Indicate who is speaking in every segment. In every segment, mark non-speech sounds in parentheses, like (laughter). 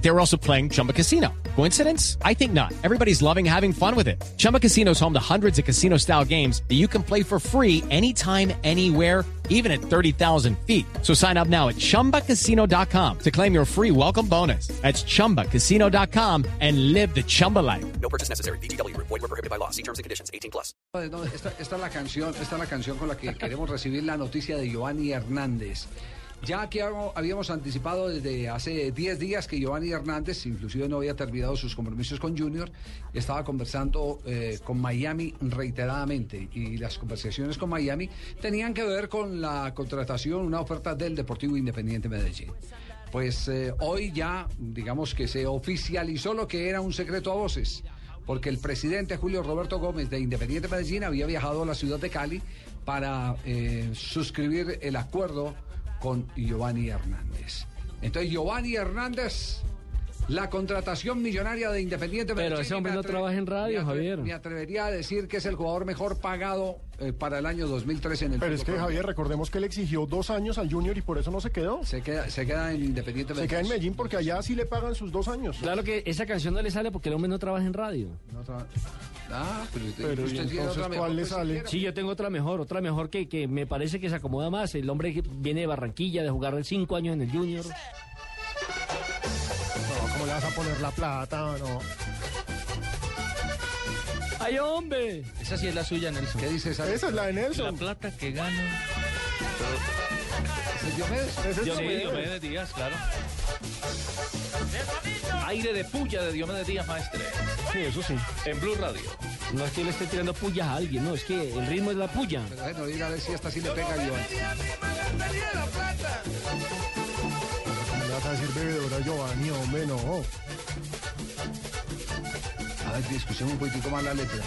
Speaker 1: They were also playing Chumba Casino. Coincidence? I think not. Everybody's loving having fun with it. Chumba Casino is home to hundreds of casino style games that you can play for free anytime, anywhere even at 30,000 feet. So sign up now at ChumbaCasino.com to claim your free welcome bonus. That's ChumbaCasino.com and live the Chumba life.
Speaker 2: No purchase necessary. BGW. Void were prohibited by law. See terms and conditions. 18 plus.
Speaker 3: Pues No, esta, esta es la canción, esta es la canción con la que queremos recibir la noticia de Giovanni Hernández. Ya que hab- habíamos anticipado desde hace 10 días que Giovanni Hernández, inclusive no había terminado sus compromisos con Junior, estaba conversando eh, con Miami reiteradamente y las conversaciones con Miami tenían que ver con la contratación, una oferta del Deportivo Independiente Medellín. Pues eh, hoy ya, digamos que se oficializó lo que era un secreto a voces porque el presidente Julio Roberto Gómez de Independiente Medellín había viajado a la ciudad de Cali para eh, suscribir el acuerdo con Giovanni Hernández. Entonces, Giovanni Hernández, la contratación millonaria de Independiente
Speaker 4: Pero
Speaker 3: Medellín.
Speaker 4: ese
Speaker 3: y
Speaker 4: hombre
Speaker 3: me
Speaker 4: no
Speaker 3: atre-
Speaker 4: trabaja en radio,
Speaker 3: me atre-
Speaker 4: Javier.
Speaker 3: Me atrevería a decir que es el jugador mejor pagado eh, para el año 2013 en el
Speaker 5: Pero
Speaker 3: fútbol
Speaker 5: es que
Speaker 3: colombiano.
Speaker 5: Javier, recordemos que él exigió dos años al Junior y por eso no se quedó.
Speaker 3: Se queda, se queda en Independiente
Speaker 5: Se queda en Medellín porque allá sí le pagan sus dos años.
Speaker 4: Claro que esa canción no le sale porque el hombre no trabaja en radio.
Speaker 3: No tra- ah, pero, usted-
Speaker 5: Pero, ¿y
Speaker 3: usted tiene
Speaker 5: entonces
Speaker 3: otra mejor,
Speaker 5: cuál le
Speaker 3: pues, si
Speaker 5: sale?
Speaker 3: quiere.
Speaker 4: Sí, yo tengo otra mejor, otra mejor que, que me parece que se acomoda más. El hombre que viene de Barranquilla, de jugar cinco años en el Junior.
Speaker 5: No, ¿Cómo le vas a poner la plata? No.
Speaker 4: ¡Ay, hombre!
Speaker 6: Esa sí es la suya, Nelson.
Speaker 3: ¿Qué dices?
Speaker 5: Esa es la de
Speaker 6: La
Speaker 5: Nelson.
Speaker 6: plata que gano.
Speaker 5: Esa es la
Speaker 6: Sí,
Speaker 5: de Nelson.
Speaker 6: Diomedes Díaz, claro. Aire de puya de Diomedes Díaz, maestre.
Speaker 5: Sí, eso sí.
Speaker 6: En Blue Radio.
Speaker 4: No es que le esté tirando pullas a alguien, no, es que el ritmo es la puya.
Speaker 3: Pero bueno, diga a ver si esta sí le pega a Giovanni.
Speaker 5: ¿Cómo le vas a decir bebedora a Giovanni? Hombre, no.
Speaker 3: A ver, escuchemos un poquitico más la letra.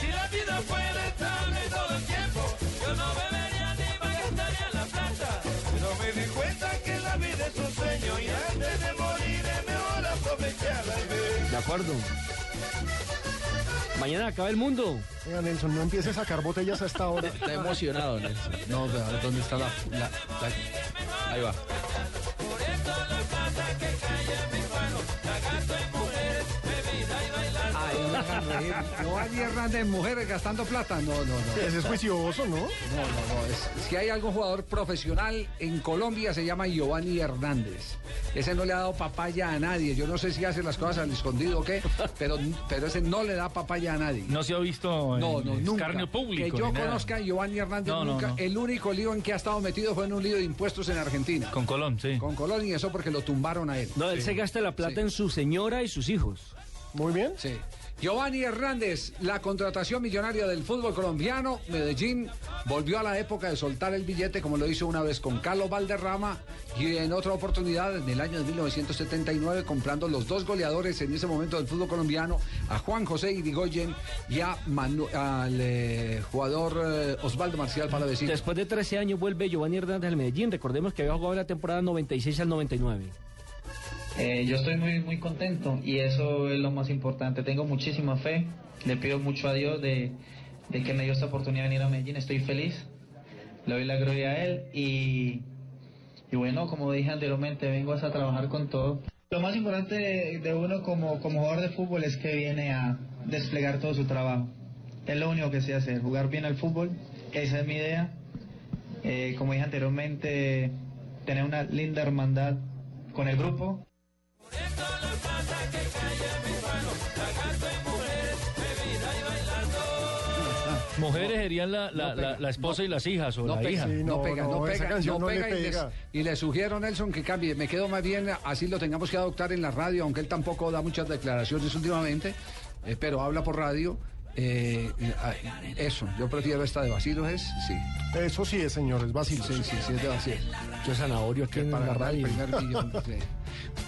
Speaker 7: Si la vida fuera estable todo el tiempo, yo no bebería ni malgastaría la plata. Pero me di cuenta que la vida es un sueño y antes de morir es mejor aprovecharla y ver.
Speaker 4: De acuerdo. Mañana acaba el mundo.
Speaker 5: Venga, Nelson, no empieces a sacar botellas a esta hora.
Speaker 6: Está emocionado, Nelson.
Speaker 3: No, pero a ver, ¿dónde está la, la-
Speaker 6: Ahí va.
Speaker 3: la- Ay, no me hagan reír. Giovanni Hernández, mujeres gastando plata. No, no, no.
Speaker 5: Ese es juicioso, ¿no?
Speaker 3: No, no, no. Es- si hay algún jugador profesional en Colombia, se llama Giovanni Hernández. Ese no le ha dado papaya a nadie. Yo no sé si hace las cosas al escondido o qué, pero, pero ese no le da papaya a nadie.
Speaker 8: No se ha visto en
Speaker 3: No, no, nunca.
Speaker 8: escarnio público.
Speaker 3: que yo
Speaker 8: ni nada.
Speaker 3: conozca a Giovanni Hernández
Speaker 8: No, no,
Speaker 3: nunca.
Speaker 8: no.
Speaker 3: El único lío en que ha estado metido fue en un lío de impuestos en Argentina.
Speaker 8: Con Colón, sí.
Speaker 3: con Colón y eso porque lo tumbaron a él.
Speaker 4: No, él se gasta la plata en su señora y sus hijos.
Speaker 5: Muy bien.
Speaker 3: Sí. Giovanni Hernández, la contratación millonaria del fútbol colombiano, Medellín volvió a la época de soltar el billete como lo hizo una vez con Carlos Valderrama y en otra oportunidad en el año de 1979 comprando los dos goleadores en ese momento del fútbol colombiano, a Juan José Irigoyen y a Manu- al eh, jugador eh, Osvaldo Marcial para decir.
Speaker 4: Después de 13 años vuelve Giovanni Hernández al Medellín. Recordemos que había jugado la temporada 96 al 99.
Speaker 9: Eh, yo estoy muy, muy contento y eso es lo más importante. Tengo muchísima fe, le pido mucho a Dios de, de que me dio esta oportunidad de venir a Medellín. Estoy feliz, le doy la gloria a Él y, y bueno, como dije anteriormente, vengo a trabajar con todo. Lo más importante de, de uno como, como jugador de fútbol es que viene a desplegar todo su trabajo. Es lo único que sé hacer, jugar bien al fútbol, esa es mi idea. Eh, como dije anteriormente, tener una linda hermandad con el grupo
Speaker 8: Mujeres serían la, la, la, la esposa y las hijas o
Speaker 3: No
Speaker 8: la
Speaker 3: pega,
Speaker 8: hija.
Speaker 5: Sí,
Speaker 3: no,
Speaker 5: no,
Speaker 3: pega, no,
Speaker 5: no, esa
Speaker 3: pega,
Speaker 5: canción
Speaker 3: no
Speaker 5: no le
Speaker 3: pega, y les-
Speaker 5: pega.
Speaker 3: Y, le sugiero, Nelson, que cambie. Me quedo más bien, así lo tengamos que adoptar en la radio, aunque él tampoco da muchas declaraciones últimamente, eh, pero habla por radio. eh, eh, ah, eso, yo prefiero esta de vacilos, ¿es? Sí,
Speaker 5: Eso sí es, señores. Vacilo.
Speaker 3: sí, sí, sí, es de vacilos.
Speaker 4: Yo zanahorio aquí
Speaker 3: Que
Speaker 4: en
Speaker 3: para
Speaker 4: la
Speaker 3: ganar el
Speaker 4: radio.
Speaker 3: primer millón, sí.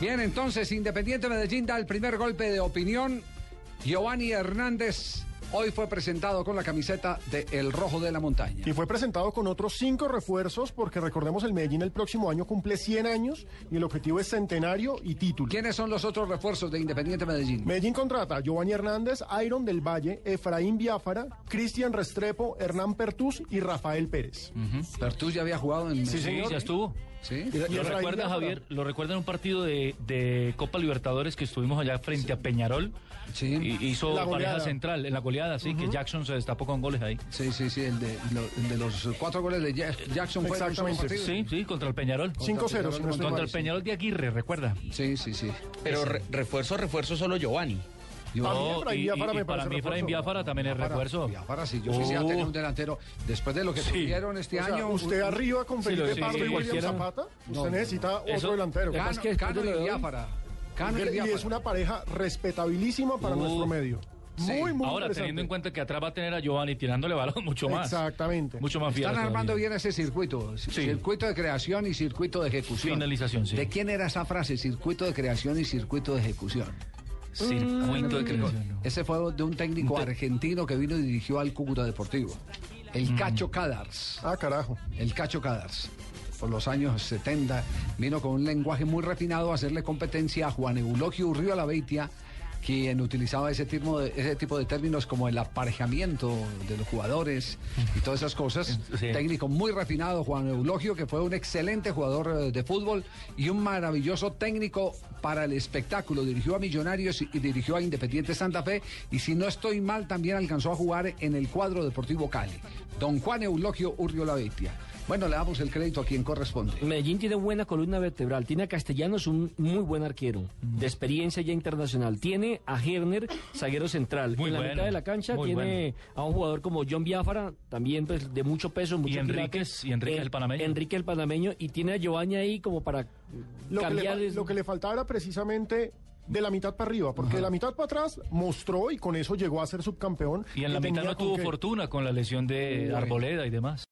Speaker 3: Bien, entonces, Independiente Medellín da el primer golpe de opinión. Giovanni Hernández Hoy fue presentado con la camiseta de El Rojo de la Montaña.
Speaker 5: Y fue presentado con otros cinco refuerzos porque recordemos el Medellín el próximo año cumple 100 años y el objetivo es centenario y título.
Speaker 3: ¿Quiénes son los otros refuerzos de Independiente Medellín?
Speaker 5: Medellín contrata Giovanni Hernández, Iron del Valle, Efraín Biafara, Cristian Restrepo, Hernán Pertús y Rafael Pérez.
Speaker 3: Pertus ya había jugado en
Speaker 8: Sí,
Speaker 3: Medellín.
Speaker 8: ya estuvo.
Speaker 3: ¿Sí?
Speaker 5: Y- y
Speaker 8: ¿Lo
Speaker 5: Efraín
Speaker 8: recuerda,
Speaker 5: Biafara.
Speaker 8: Javier? ¿Lo recuerda en un partido de, de Copa Libertadores que estuvimos allá frente a Peñarol?
Speaker 3: Sí.
Speaker 8: Y hizo
Speaker 5: La goleada.
Speaker 8: pareja central en la goleada, sí, que Jackson se destapó con goles ahí.
Speaker 3: Sí, sí, sí, el de, lo- el de los cuatro goles de Ja- Jackson fue el último
Speaker 5: Exactamente.
Speaker 3: partido.
Speaker 8: Sí, sí, contra el Peñarol.
Speaker 5: 5-0, si no estoy
Speaker 8: Contra
Speaker 5: mal.
Speaker 8: el Peñarol de Aguirre, recuerda.
Speaker 3: Sí, sí, sí.
Speaker 10: Pero re- refuerzo, refuerzo solo Giovanni.
Speaker 3: Yo-
Speaker 5: Para mí,
Speaker 8: No,
Speaker 5: Efraín
Speaker 8: y-
Speaker 5: Biafara
Speaker 8: y
Speaker 5: me
Speaker 8: para
Speaker 5: parece
Speaker 8: mí Efraín
Speaker 5: refuerzo.
Speaker 8: Biafara también es refuerzo.
Speaker 3: Biafara, si yo quisiera
Speaker 8: Uh.
Speaker 3: tener un delantero, después de lo que
Speaker 8: Sí.
Speaker 3: tuvieron este
Speaker 5: O sea,
Speaker 3: año,
Speaker 5: usted
Speaker 3: un-
Speaker 5: arriba con
Speaker 8: Sí, lo-
Speaker 5: Felipe
Speaker 8: sí,
Speaker 5: Pardo y William
Speaker 8: cualquiera.
Speaker 5: Zapata, usted necesita
Speaker 8: Eso-
Speaker 5: otro delantero.
Speaker 4: Lo que pasa
Speaker 3: Cano,
Speaker 4: es que después
Speaker 3: Cano
Speaker 4: de lo
Speaker 3: y
Speaker 4: de hoy-
Speaker 3: Biafara. Cano y
Speaker 5: Y
Speaker 3: Biafara.
Speaker 5: es una pareja respetabilísima para
Speaker 8: Uh,
Speaker 5: nuestro medio.
Speaker 3: sí.
Speaker 5: Muy, muy
Speaker 8: Ahora,
Speaker 5: interesante.
Speaker 8: teniendo en cuenta que atrás va a tener a Giovanni tirándole balón (laughs) mucho más.
Speaker 5: Exactamente.
Speaker 8: Mucho más fiel.
Speaker 3: Están armando
Speaker 8: todavía.
Speaker 3: bien ese circuito, c- circuito de creación y circuito de ejecución.
Speaker 8: Finalización, sí.
Speaker 3: ¿De quién era esa frase? Circuito de creación y circuito de ejecución.
Speaker 5: Mm.
Speaker 8: Circuito de creación. ¿no?
Speaker 3: Ese fue de un técnico argentino que vino y dirigió al Cúcuta Deportivo, el Cacho Cadars.
Speaker 5: Ah, carajo.
Speaker 3: el Cacho Cadars. Por los años 70 vino con un lenguaje muy refinado a hacerle competencia a Juan Eulogio Urrío Labeitia, quien utilizaba ese, tipo de, ese tipo de términos como el aparejamiento de los jugadores y todas esas cosas.
Speaker 8: Sí.
Speaker 3: Técnico muy refinado, Juan Eulogio, que fue un excelente jugador eh, de fútbol y un maravilloso técnico para el espectáculo. Dirigió a Millonarios y dirigió a Independiente Santa Fe y si no estoy mal también alcanzó a jugar en el cuadro Deportivo Cali. Don Juan Eulogio Urriola Beitia. Bueno, le damos el crédito a quien corresponde.
Speaker 4: Medellín tiene buena columna vertebral, tiene a Castellanos, un muy buen arquero, de experiencia ya internacional. Tiene a Herner, zaguero central.
Speaker 8: Muy
Speaker 4: en la
Speaker 8: bueno,
Speaker 4: mitad de la cancha
Speaker 8: muy
Speaker 4: tiene a un jugador como John Biafara, también pues, de mucho peso, mucho quilate.
Speaker 8: Enríquez, y Enríquez el panameño.
Speaker 4: Enrique el panameño, y tiene a Giovanni ahí como para
Speaker 5: Lo que, le,
Speaker 4: cambiar.
Speaker 5: fa- lo que le faltaba era precisamente de la mitad para arriba, porque de la mitad para atrás mostró y con eso llegó a ser subcampeón.
Speaker 8: Y en la
Speaker 5: que
Speaker 8: mitad
Speaker 5: tenía
Speaker 8: no
Speaker 5: con
Speaker 8: tuvo
Speaker 5: qué.
Speaker 8: fortuna con la lesión de Arboleda y demás.